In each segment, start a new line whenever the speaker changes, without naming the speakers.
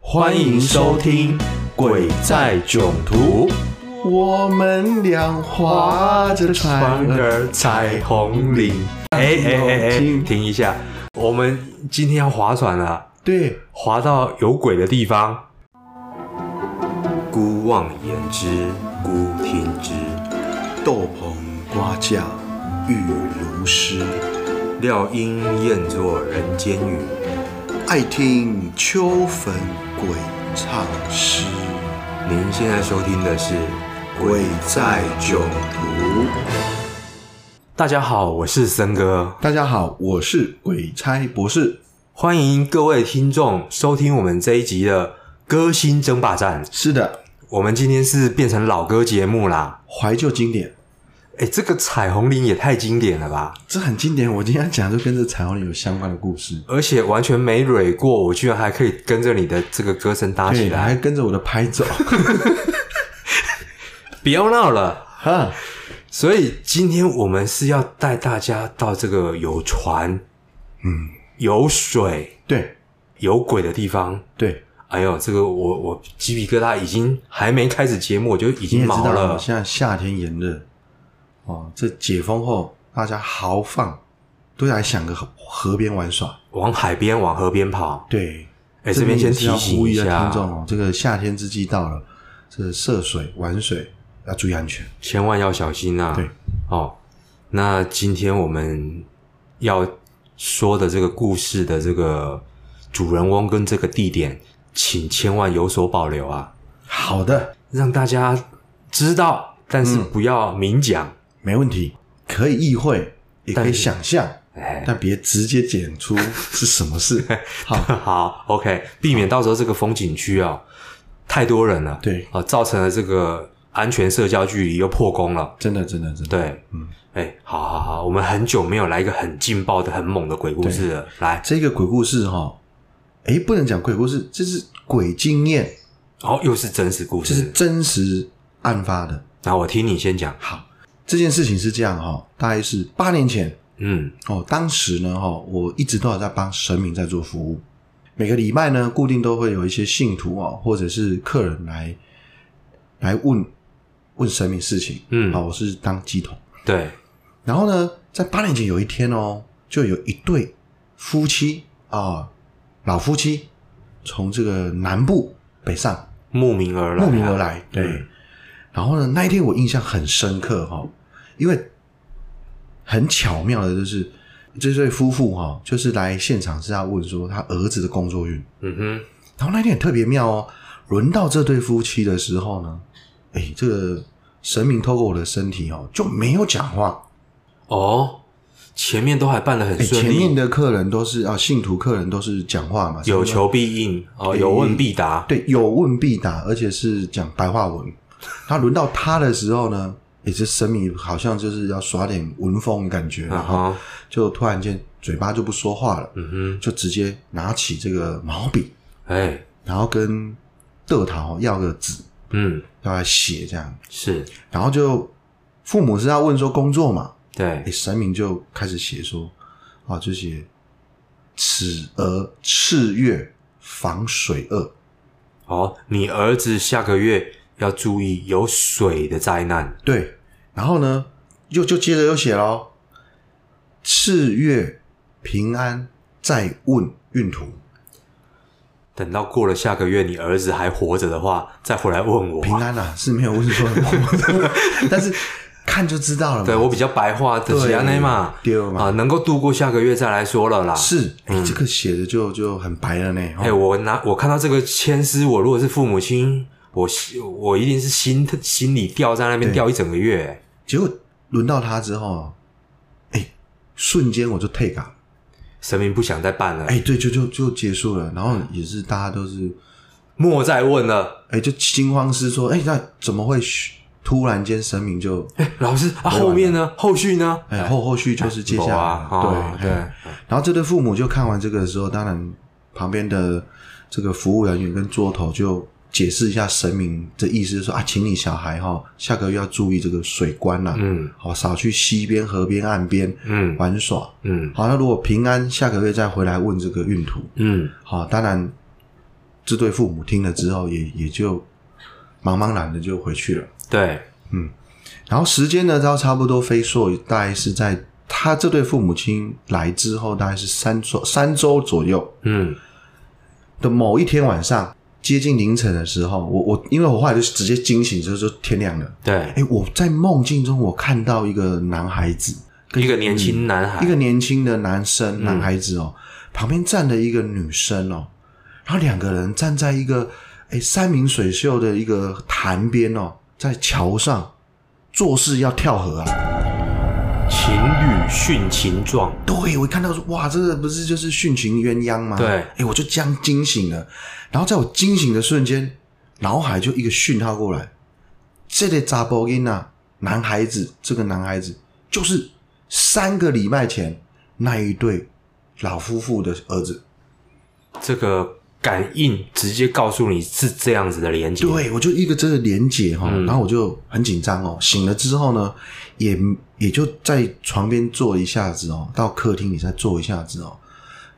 欢迎收听《鬼在囧途》，
我们俩划着船儿，
儿彩虹铃。哎哎哎哎，
听
停一下，我们今天要划船了，
对，
划到有鬼的地方。姑妄言之，姑听之。
斗篷瓜架雨如诗，
料应厌作人间语，
爱听秋坟鬼唱诗，
您现在收听的是《
鬼在囧途。
大家好，我是森哥，
大家好，我是鬼差博士。
欢迎各位听众收听我们这一集的歌星争霸战。
是的，
我们今天是变成老歌节目啦。
怀旧经典，
哎，这个彩虹铃也太经典了吧！
这很经典。我今天要讲就跟这彩虹里有相关的故事，
而且完全没蕊过，我居然还可以跟着你的这个歌声搭起
对，还
来。
跟着我的拍走。
不要闹了！
哈，
所以今天我们是要带大家到这个有船、
嗯，
有水、
对
有鬼的地方。
对，
哎呦，这个我我鸡皮疙瘩已经还没开始节目，我就已
你也
经
知
毛
道，
了。
现在夏天炎热，哦，这解封后，大家豪放，都来想个河河边玩耍。
往海边、往河边跑。
对，
哎，这边先
也是
提
要
醒
呼
一
吁
下
听，众哦，这个夏天之际到了，这涉水玩水要注意安全。
千万要小心啊！
对，
哦，那今天我们要说的这个故事的这个主人翁跟这个地点，请千万有所保留啊，
好的，
让大家知道，但是
嗯
不要明讲。
没问题，可以意会，也可
但
以
是
想象，
哎，
但别直接剪出是什么事。好，
好，OK，避免到时候这个风景区啊、太多人了，
对，
啊、造成了这个安全社交距离又破功了。
真的，真的，真的，
对，
嗯，
哎、好好好，我们很久没有来一个很劲爆的、很猛的鬼故事了，来，
这个鬼故事哈、哎，不能讲鬼故事，这是鬼经验。
哦，又是真实故
这是
事。
真实案发的。
那我听你先讲，
好，这件事情是这样哈、大概是八年前
嗯。
哦，当时呢哈、我一直都有在帮神明在做服务，每个礼拜呢固定都会有一些信徒哦，或者是客人来来问问神明事情，
嗯
好、我是当鸡头。
对，
然后呢，在八年前有一天哦，就有一对夫妻啊、老夫妻从这个南部北上
慕名而来、啊
慕名而。来。对，
嗯
然后呢，那一天我印象很深刻哈、哦，因为很巧妙的就是这对夫妇哈、哦，就是来现场是要问说他儿子的工作运，
嗯哼，
然后那天很特别妙哦，轮到这对夫妻的时候呢，哎，这个神明透过我的身体哦就没有讲话，
哦，前面都还办得很
哎，
顺
前
利，
面的客人都是啊，信徒客人都是讲话嘛，
有
什么
求必应，哦，有问必答。
对，有问必答，而且是讲白话文。他轮到他的时候呢，也是神明好像就是要耍点文风的感觉，
啊
然后
哈，
就突然间嘴巴就不说话了，
嗯
就直接拿起这个毛笔，
哼，哎，
然后跟德桃要个纸，
嗯，
要来写这样。
是
然后就父母是要问说工作嘛，
对
哎，，神明就开始写说，啊，就写此儿赤月防水恶。
哦，你儿子下个月要注意有水的灾难。
对，然后呢，又就接着又写喽，赤月平安再问运途，
等到过了下个月，你儿子还活着的话，再回来问我。
平安啊是没有问说什么， 但是看就知道了嘛。
对我比较白话的
对
吉安内嘛，
对嘛
啊，能够度过下个月再来说了啦。
是，哎、这个写的就就很白了呢。
哎、
哦
嗯我拿我看到这个千丝，我如果是父母亲，我心我一定是心心里吊在那边
对
吊一整个月。
结果轮到他之后，哎、瞬间我就退岗了。
神明不想再办了，
哎、对，就就就结束了。然后也是大家都是，
莫再问了。
哎、就惊慌失措。哎、那怎么会突然间神明就
哎、老师啊，后面呢？后续呢？
哎、后后续就是接下来、
有啊，哦
对
对，
然后这对父母就看完这个的时候，当然旁边的这个服务人员跟桌头就解释一下神明的意思，就说啊，请你小孩哈、下个月要注意这个水关啦、
嗯
好、少去溪边、河边、岸边
嗯
玩耍。
嗯
好，那如果平安下个月再回来问这个运途，
嗯，
好、当然这对父母听了之后也，也就茫茫然的就回去了。
对，
然后时间呢，到差不多飞朔大概是在他这对父母亲来之后，大概是三周三周左右
嗯，
的某一天晚上，接近凌晨的时候，我我因为我后来就直接惊醒，就是说天亮了。
对，
哎，我在梦境中我看到一个男孩子，
一个年轻男孩，
嗯一个年轻的男生男孩子哦，旁边站了一个女生哦，然后两个人站在一个哎山明水秀的一个潭边哦，在桥上做事要跳河啊。
情侣殉情状，
对，我一看到说，哇，这个不是就是殉情鸳鸯吗？
对
哎、我就这样惊醒了。然后在我惊醒的瞬间，脑海就一个讯号过来，这个查甫囡啊，男孩子，这个男孩子就是三个礼拜前那一对老夫妇的儿子。
这个感应直接告诉你是这样子的连接，，
对，我就一个这个连结哈，
嗯
然后我就很紧张哦。醒了之后呢，也也就在床边坐一下子哦，到客厅里再坐一下子哦，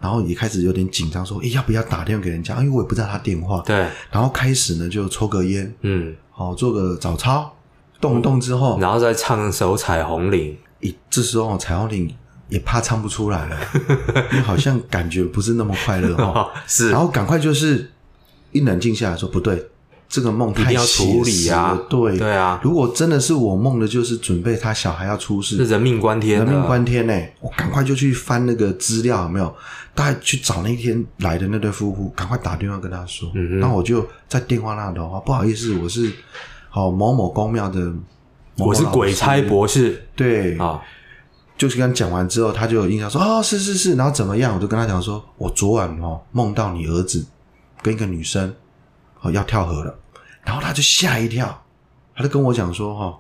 然后也开始有点紧张，说，诶，要不要打电话给人家？因为我也不知道他电话。
对，
然后开始呢，就抽个烟，
嗯，
哦，做个早操，动一动之后，
然后再唱首《彩虹铃，
咦、这时候哦彩虹领也怕唱不出来了，因为好像感觉不是那么快乐》哦。
是
然后赶快就是一冷静下来说，不对，这个梦
一
太
定要处理啊
写实了，对
对啊，
如果真的是我梦的，就是准备他小孩要出事，
是人命关天的，
人命关天呢、我赶快就去翻那个资料，有没有？大概去找那天来的那对夫妇，赶快打电话跟他说。
嗯哼
那我就在电话那头啊，不好意思，我是好、某某公庙的某某老
我
师，
是鬼差博士
对，
啊，
就是跟他讲完之后，他就有印象说啊、是是是，然后怎么样？我就跟他讲说，我昨晚哦梦到你儿子跟一个女生哦要跳河了，然后他就吓一跳，他就跟我讲说哈、哦，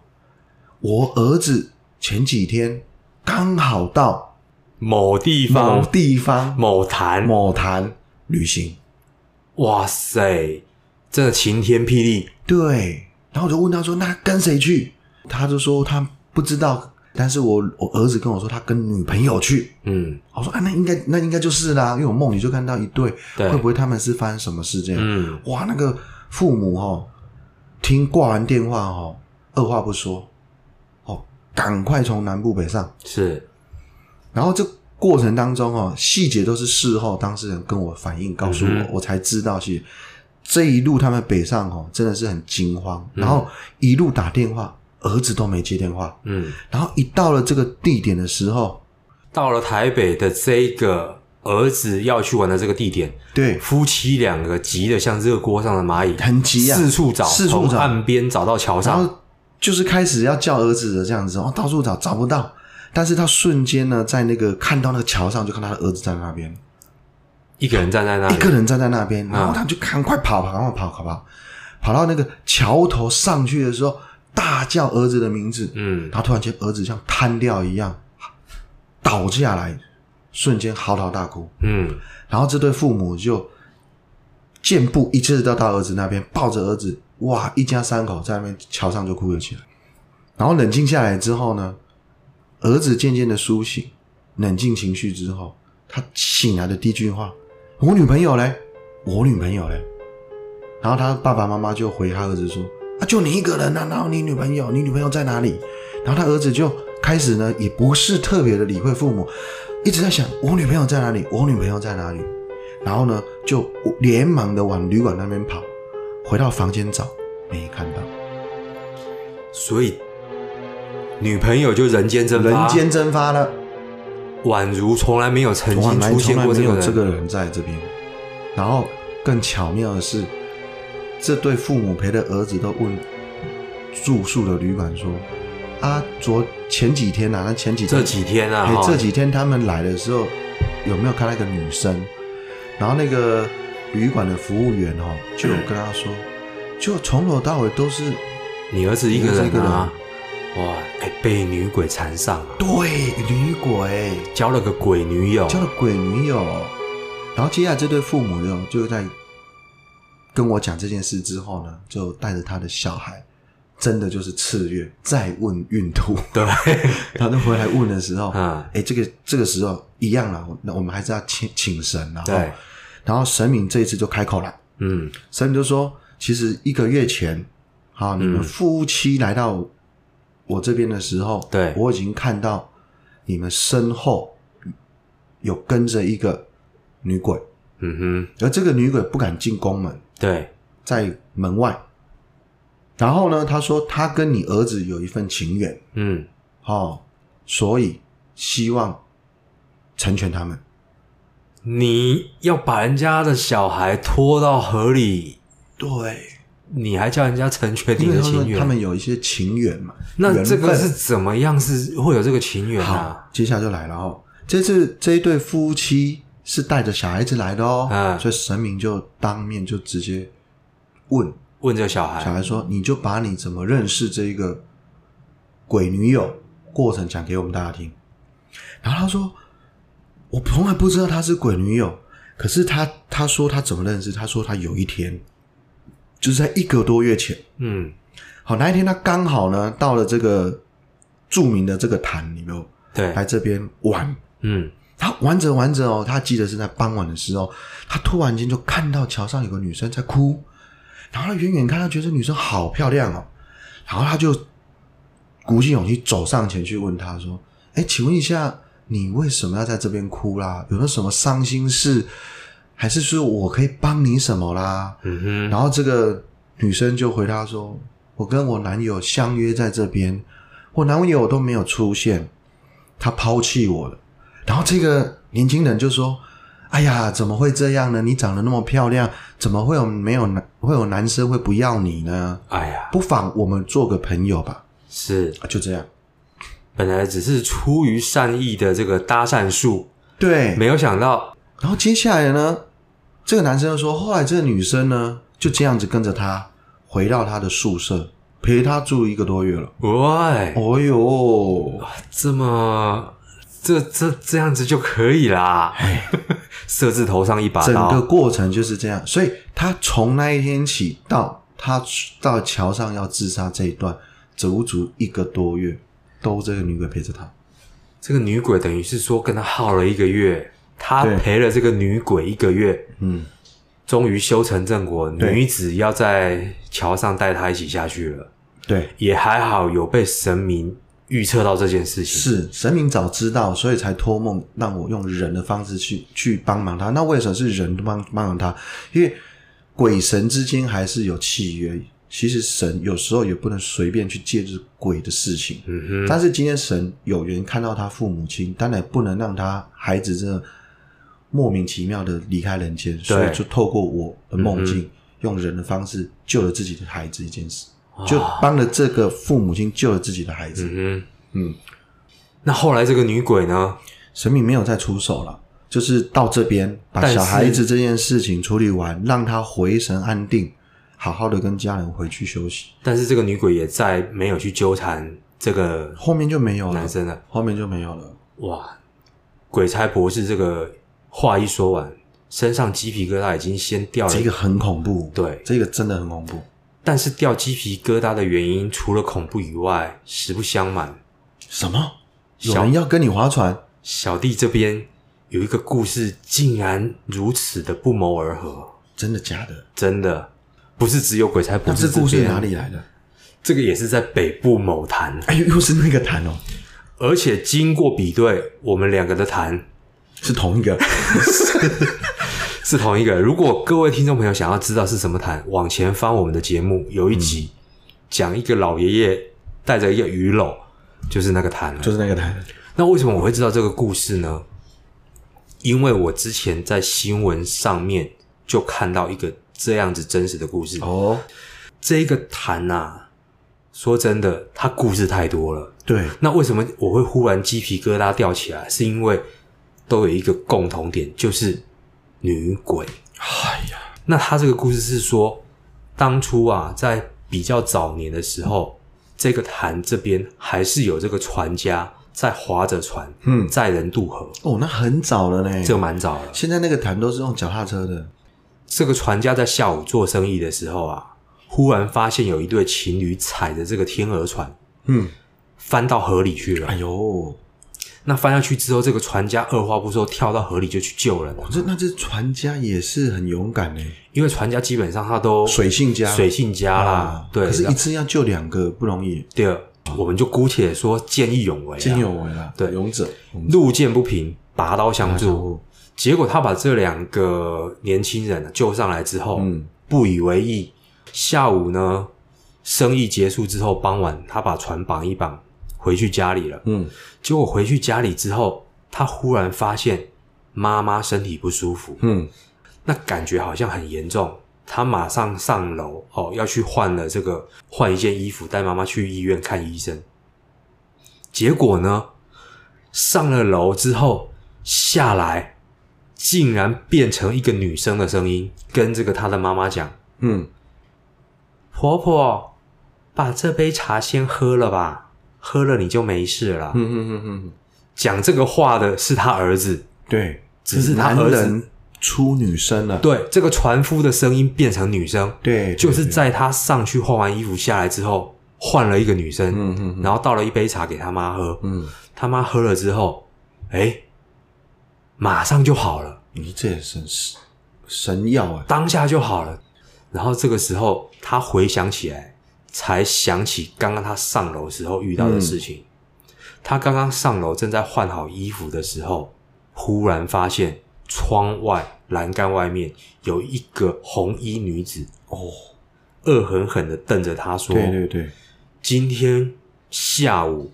我儿子前几天刚好到
某地
某
方
地方
某坛，
某潭旅行，
哇塞，真的晴天霹雳，
对，然后我就问他说那跟谁去？他就说他不知道，但是我我儿子跟我说他跟女朋友去。
嗯，
我说啊，那应该那应该就是啦，因为我梦里就看到一对，
对
会不会他们是发生什么事件？
嗯，
哇，那个父母哦，听挂完电话哦，二话不说，哦，赶快从南部北上。
是，
然后这过程当中哦，细节都是事后当事人跟我反映，告诉我，
嗯哼
我才知道是这一路他们北上哦，真的是很惊慌，
嗯
然后一路打电话，儿子都没接电话，
嗯，
然后一到了这个地点的时候，
到了台北的这个儿子要去玩的这个地点，
对，
夫妻两个急得像热锅上的蚂蚁，
很急啊
四处找，
四处
从
找
岸边找到桥
然
上，
后就是开始要叫儿子的这样子，哦，到处找找不到，但是他瞬间呢，在那个看到那个桥上，就看他的儿子站在那边，
一个人站在那
一个
里，
人站在那边，然后
嗯
他就赶快跑，赶快跑，跑跑，跑到那个桥头上去的时候，大叫儿子的名字，
嗯，
然后突然间儿子像瘫掉一样倒下来，瞬间嚎啕大哭，
嗯，
然后这对父母就健步一致到他儿子那边，抱着儿子，哇，一家三口在那边桥上就哭了起来。然后冷静下来之后呢，儿子渐渐的苏醒，冷静情绪之后，他醒来的第一句话：“我女朋友嘞，我女朋友嘞。”然后他爸爸妈妈就回他儿子说：“啊，就你一个人啊，然后你女朋友，你女朋友在哪里？”然后他儿子就开始呢，也不是特别的理会父母，一直在想我女朋友在哪里，我女朋友在哪里。然后呢，就连忙的往旅馆那边跑，回到房间找，没看到，
所以女朋友就人间蒸发，
人间蒸发了。
宛如从来没有曾
从
经
来
出现过
从
这
来没
个
有
人，
这个人在这边。然后更巧妙的是，这对父母陪的儿子都问住宿的旅馆说：“啊，昨前几天啊，那前几天
这几天啊，
哎
哈
这几天他们来的时候有没有看到一个女生？然后那个旅馆的服务员哦，就有跟他说，就从头到尾都是
你儿子一个人
你儿子一个人
啊，哇，哎、被女鬼缠上啊，
对女鬼。”
交了个鬼女友，
交了鬼女友。然后接下来这对父母呢，就在跟我讲这件事之后呢，就带着他的小孩，真的就是次月再问孕途，
对，
他就回来问的时候，哎、
嗯，
这个这个时候一样啦，那我们还是要请请神啦，哦
对
哦。然后神明这一次就开口了，
嗯
神明就说，其实一个月前，
嗯
啊，你们夫妻来到我这边的时候，
对
我已经看到你们身后有跟着一个女鬼，
嗯哼，
而这个女鬼不敢进宫门，
对，
在门外。然后呢，他说他跟你儿子有一份情缘，
嗯
哦，所以希望成全他们。
你要把人家的小孩拖到河里，
对，
你还叫人家成全你
因为
的
他
情
们
缘？
他们有一些情缘嘛，
那这
缘
个
分
是怎么样是会有这个情缘啊？
好，接下来就来了哦。这次这一对夫妻是带着小孩子来的哦，
嗯
所以神明就当面就直接问
问这个小
小
孩，
孩说：“你就把你怎么认识这一个鬼女友过程讲给我们大家听。”然后他说：“我从来不知道她是鬼女友，可是他他说他怎么认识？他说他有一天就是在一个多月前，
嗯
好那一天他刚好呢到了这个著名的这个潭里面
对，
来这边玩。”
嗯
他玩着玩着哦，他记得是在傍晚的时候，他突然间就看到桥上有个女生在哭，然后他远远看，他觉得这女生好漂亮哦，然后他就鼓起勇气走上前去问她说：“哎，请问一下，你为什么要在这边哭啦？有没有什么伤心事？还是说我可以帮你什么啦？”
嗯哼，
然后这个女生就回答说：“我跟我男友相约在这边，我男友都没有出现，他抛弃我了。”然后这个年轻人就说：“哎呀，怎么会这样呢？你长得那么漂亮，怎么会有没有男会有男生会不要你呢？
哎呀，
不妨我们做个朋友吧。
是”
啊，就这样。
本来只是出于善意的这个搭讪术，
对，
没有想到，
然后接下来呢，这个男生就说，后来这个女生呢就这样子跟着他回到他的宿舍，陪他住一个多月了。
喂，
哦呦，
这么这这这样子就可以啦， 设置头上一把
哎整个
刀，
过程就是这样。所以他从那一天起到他到桥上要自杀这一段，足足一个多月，都这个女鬼陪着他。
这个女鬼等于是说跟他耗了一个月，他
对
陪了这个女鬼一个月，
嗯，
终于修成正果，
对
女子要在桥上带他一起下去了。
对，
也还好有被神明预测到这件事情。
是神明早知道，所以才托梦让我用人的方式去去帮忙他。那为什么是人帮帮忙他？因为鬼神之间还是有契约。其实神有时候也不能随便去介入鬼的事情。
嗯哼，
但是今天神有缘看到他父母亲，当然不能让他孩子这莫名其妙的离开人间，所以就透过我的梦境，用人的方式救了自己的孩子一件事，就帮了这个父母亲救了自己的孩子。
啊嗯
嗯，
哼，那后来这个女鬼呢？
神明没有再出手了，就是到这边把
但是
小孩子这件事情处理完，让他回神安定，好好的跟家人回去休息。
但是这个女鬼也再没有去纠缠这个
后面就没有了
男，生了。
后面就没有了。
哇，鬼差博士这个话一说完，身上鸡皮疙瘩已经先掉了。
这个很恐怖，
对
这个真的很恐怖。
但是掉鸡皮疙瘩的原因，除了恐怖以外，实不相瞒，
什么？有
小
人要跟你划船？
小弟这边有一个故事，竟然如此的不谋而合，
真的假的？
真的不是只有鬼差
那
博士
这故事
边
哪里来的？
这个也是在北部某潭，
哎呦，又是那个坛哦，
而且经过比对，我们两个的潭
是同一 个。
是同一个。如果各位听众朋友想要知道是什么潭，往前翻我们的节目有一集、
嗯
讲一个老爷爷带着一个鱼篓，就是那个潭了。
就是那个坛。
那为什么我会知道这个故事呢？因为我之前在新闻上面就看到一个这样子真实的故事。
哦，
这个潭啊，说真的，它故事太多了。
对，
那为什么我会忽然鸡皮疙瘩掉起来？是因为都有一个共同点，就是女鬼。
哎呀，
那他这个故事是说，当初啊，在比较早年的时候，这个潭这边还是有这个船家在划着船，
嗯
载人渡河，
哦，那很早了呢。
这蛮早了。
现在那个坛都是用脚踏车的。
这个船家在下午做生意的时候啊，忽然发现有一对情侣踩着这个天鹅船
嗯，哎
翻到河里去了
哎。呦，
那翻下去之后，这个船家二话不说跳到河里就去救人了，
可是那这船家也是很勇敢呢、
因为船家基本上他都
水性家哦
水性家啦，对，
可是
然
一次要救两个不容易，
第二，我们就姑且说见义勇为啊，
见义勇为啦，
对
勇者，勇
路见不平，拔刀相
者
助。结果他把这两个年轻人救上来之后，
嗯
不以为意。下午呢，生意结束之后，傍晚他把船绑一绑，回去家里了。
嗯，
结果回去家里之后，他忽然发现妈妈身体不舒服，
嗯，
那感觉好像很严重。他马上上楼哦，要去换了这个换一件衣服，带妈妈去医院看医生。结果呢，上了楼之后下来，竟然变成一个女生的声音，跟这个他的妈妈讲
嗯，：“
婆婆，把这杯茶先喝了吧，喝了你就没事了。
嗯嗯嗯嗯，
讲这个话的是他儿子，
对，
只是他
男
儿子
人出女生了，
对这个船夫的声音变成女生，
对，
就是
对，
在他上去换完衣服下来之后，换了一个女生，
嗯嗯嗯
然后倒了一杯茶给他妈喝，
嗯，
他妈喝了之后，哎，马上就好了，
你这也神神药啊，
当下就好了。然后这个时候他回想起来，才想起刚刚他上楼时候遇到的事情。他刚刚上楼正在换好衣服的时候，忽然发现窗外栏杆外面有一个红衣女子
哦，
恶狠狠的瞪着他说：“
对对对，
今天下午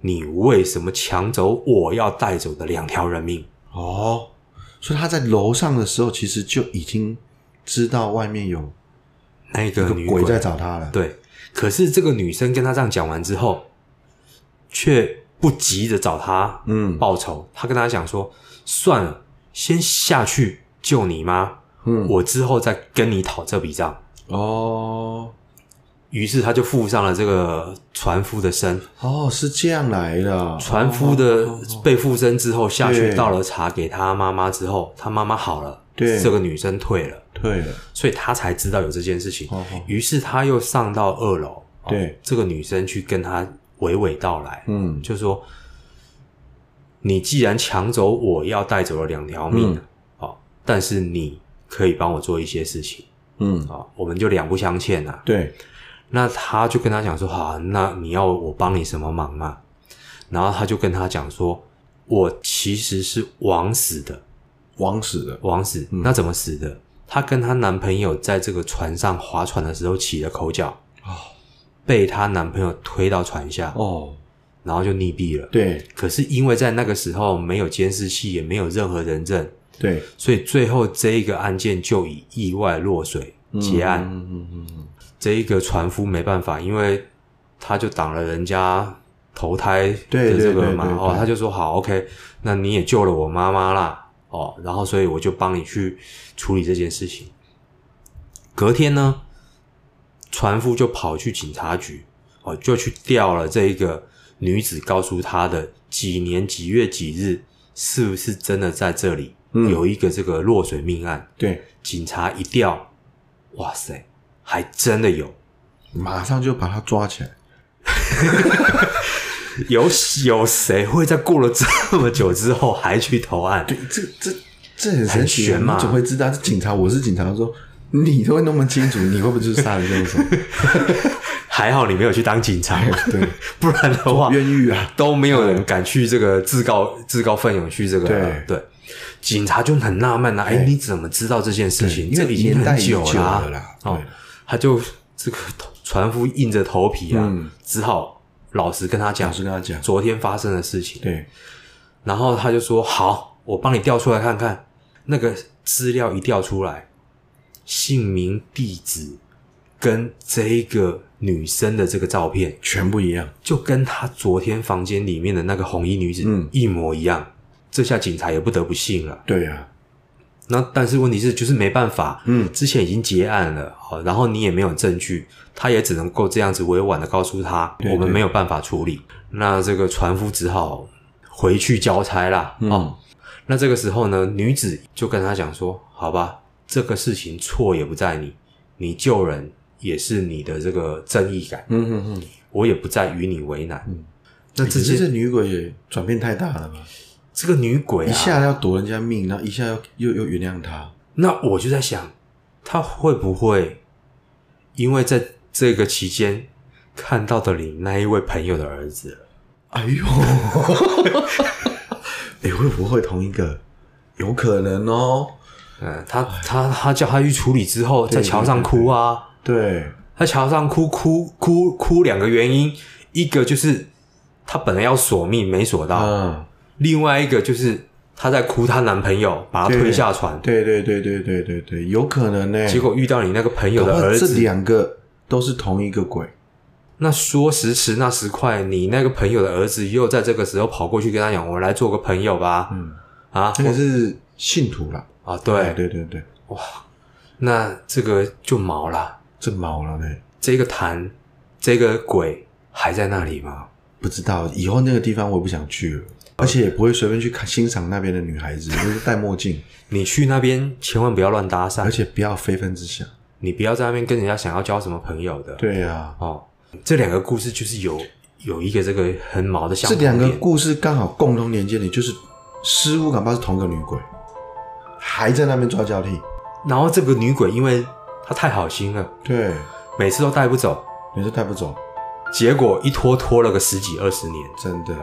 你为什么抢走我要带走的两条人命？
哦，所以他在楼上的时候，其实就已经知道外面有
那
一
个
个
女
鬼在找他了，，
对，可是这个女生跟他这样讲完之后，却不急着找他
嗯，
报仇，他跟他讲说：“算了，先下去救你妈，
嗯，
我之后再跟你讨这笔账。
哦。”
于是他就附上了这个船夫的身，
哦，是这样来的。
船夫的
哦
被附身之后下去
对
倒了茶给他妈妈之后，他妈妈好了，
对
这个女生退了，
退了，
所以他才知道有这件事情。
哦哦
于是他又上到二楼，哦
对
这个女生去跟他娓娓道来，
嗯，
就说：“你既然抢走我要带走了两条命，
嗯
哦，但是你可以帮我做一些事情
嗯，
啊、哦我们就两不相欠啊。”
对，
那他就跟他讲说：“好、那你要我帮你什么忙嘛？”然后他就跟他讲说：“我其实是枉死的，
枉死的，
枉死。
嗯
那怎么死的？她跟她男朋友在这个船上划船的时候起了口角，
哦
被她男朋友推到船下，
哦，
然后就溺毙了。
对
可是因为在那个时候没有监视器，也没有任何人证，
对，
所以最后这一个案件就以意外落水结案。
嗯嗯嗯嗯
这一个船夫没办法，因为他就挡了人家投胎
对
的这个嘛，
对对对
哦，
对
他就说好，OK，那你也救了我妈妈啦，哦，然后所以我就帮你去处理这件事情。隔天呢，船夫就跑去警察局，哦，就去调了这一个女子告诉他的几年几月几日是不是真的在这里、
嗯
有一个这个落水命案，
对，
警察一调，哇塞，还真的有。
马上就把他抓起来。
有有谁会在过了这么久之后还去投案？
对，这这这很神奇，
很玄嘛
你怎么会知道？这警察，我是警察，说你都会弄不清楚，你会不会就是杀人凶手？
还好你没有去当警察，
对，
不然的话
冤狱啊，
都没有人敢去这个自告自告奋勇去这个
对
警察就很纳闷啊，哎，
对
你怎么知道这件事情？
对因为
这已经
年代
很
已久
了啊、
了啦
哦
对，
他就这个船夫硬着头皮啊，
嗯
只好老实跟他讲
老实跟他讲
昨天发生的事情。
对，
然后他就说：“好，我帮你调出来看看。”那个资料一调出来，姓名、地址跟这一个女生的这个照片，
全不一样。
就跟他昨天房间里面的那个红衣女子
嗯
一模一样。这下警察也不得不信了。
对啊，
那但是问题是，就是没办法，
嗯
之前已经结案了，好，然后你也没有证据，他也只能够这样子委婉的告诉他，
对
我们
对
没有办法处理。那这个船夫只好回去交差啦。
嗯
哦，那这个时候呢，女子就跟他讲说：“好吧，这个事情错也不在你，你救人也是你的这个正义感，
嗯嗯嗯，
我也不再与你为难。
嗯
那
只
这
是
些
这女鬼也转变太大了吧？
这个女鬼
一
啊，
下要夺人家命，然后一下要又又原谅他，
那我就在想，她会不会因为在这个期间看到的你那一位朋友的儿子了？
哎呦， 哎、会不会同一个？有可能哦。
嗯，他他他叫他去处理之后，
哎对
在桥上哭啊，
对，
在桥上哭哭哭哭两个原因，一个就是她本来要索命没索到，
啊，
另外一个就是她在哭她男朋友把她推下船，
对对对对对对对，有可能呢、
结果遇到你那个朋友的
搞不好
儿
这啊
子，
两个都是同一个鬼。
那说时迟那时快，你那个朋友的儿子又在这个时候跑过去跟他讲：“我们来做个朋友吧。
嗯，
啊
这个是信徒啦。哎
啊，对，
对对对，
那这个就毛了。
这毛了嘞，
这个坛，这个鬼还在那里吗？
不知道以后那个地方我也不想去了，
呃
而且也不会随便去看欣赏那边的女 孩子，就是戴墨镜，
你去那边千万不要乱搭
而
讪，
且不要非分之想。
你不要在那边跟人家想要交什么朋友的。
对啊，
哦，这两个故事就是有有一个这个很毛的相
这
同点
两个故事刚好共同连接你，就是失误感不知道是同一个女鬼，还在那边抓交替。
然后这个女鬼因为她太好心了，
对，
每次都带不走，
你是带不走，
结果一拖拖了个十几二十年。
真的。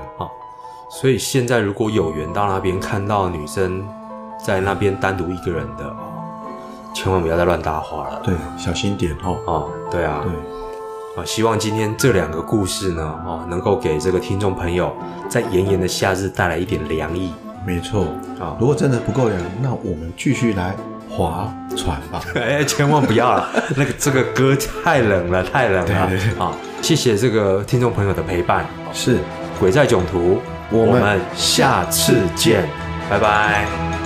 所以现在如果有缘到那边看到女生在那边单独一个人的，哦千万不要再乱搭话了。
对，小心点哦。
哦，对啊，
对，
啊，希望今天这两个故事呢，哦，能够给这个听众朋友在炎炎的夏日带来一点凉意
没错。
啊。
如果真的不够凉，那我们继续来划船吧。
哎，千万不要了， 那个这个歌太冷了，太冷了。
对对
啊，谢谢这个听众朋友的陪伴，
是。
鬼在囧途，
我们
下次见，拜拜。